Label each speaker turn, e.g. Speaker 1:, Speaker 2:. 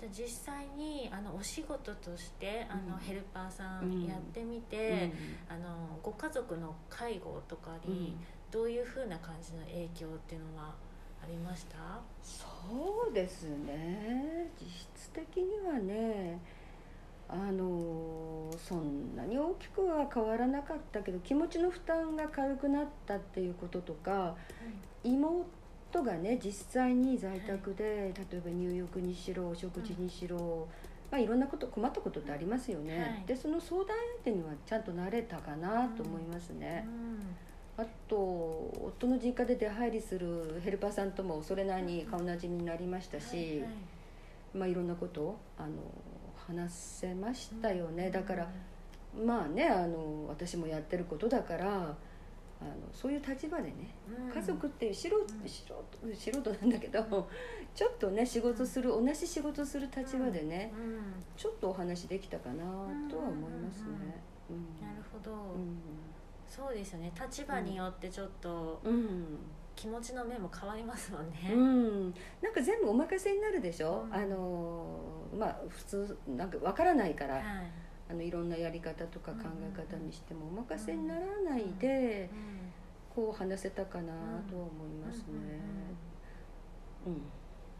Speaker 1: で実際にあのお仕事としてあの、
Speaker 2: うん
Speaker 1: ヘルパーさ
Speaker 2: うん
Speaker 1: んやってみ
Speaker 2: うん
Speaker 1: て、あのご家族の介護とか
Speaker 2: うん
Speaker 1: にどういうふうな感じの影響っていうのはありました、
Speaker 2: そうですね実質的にはねあのそんなに大きくは変わらなかったけど気持ちの負担が軽くなったっていうこととか妹がね実際に在宅で、例えば入浴にしろお食事にしろ、まあ、いろんなこと困ったことってありますよね、
Speaker 1: はい
Speaker 2: でその相談相手にはちゃんと慣れたかなと思いますね、あと夫の実家で出入りするヘルパーさんともそれなりに顔なじみになりましたし、
Speaker 1: うん
Speaker 2: い
Speaker 1: はい
Speaker 2: まあ、いろんなことをあの話せましたよね、
Speaker 1: はい
Speaker 2: だからまあねあの私もやってることだからあのそういう立場でね
Speaker 1: うん
Speaker 2: 家族って素人,、
Speaker 1: うん
Speaker 2: 素人素人なんだけどちょっとね仕事する同じ仕事する立場でね、
Speaker 1: うん
Speaker 2: ちょっとお話できたかなとは思いますね。うん
Speaker 1: なるほど、
Speaker 2: う
Speaker 1: そうですよね立場によってちょっと
Speaker 2: んうん
Speaker 1: 気持ちの面も変わりますもんね、
Speaker 2: うん、なんか全部お任せになるでしょ、
Speaker 1: うん
Speaker 2: あのーまあ普通なんかわからないから、
Speaker 1: はい
Speaker 2: い、、あのいろんなやり方とか考え方にしてもお任せにならないうで
Speaker 1: ん
Speaker 2: こう話せたかなとは思いますね。
Speaker 1: うんうんうん
Speaker 2: うん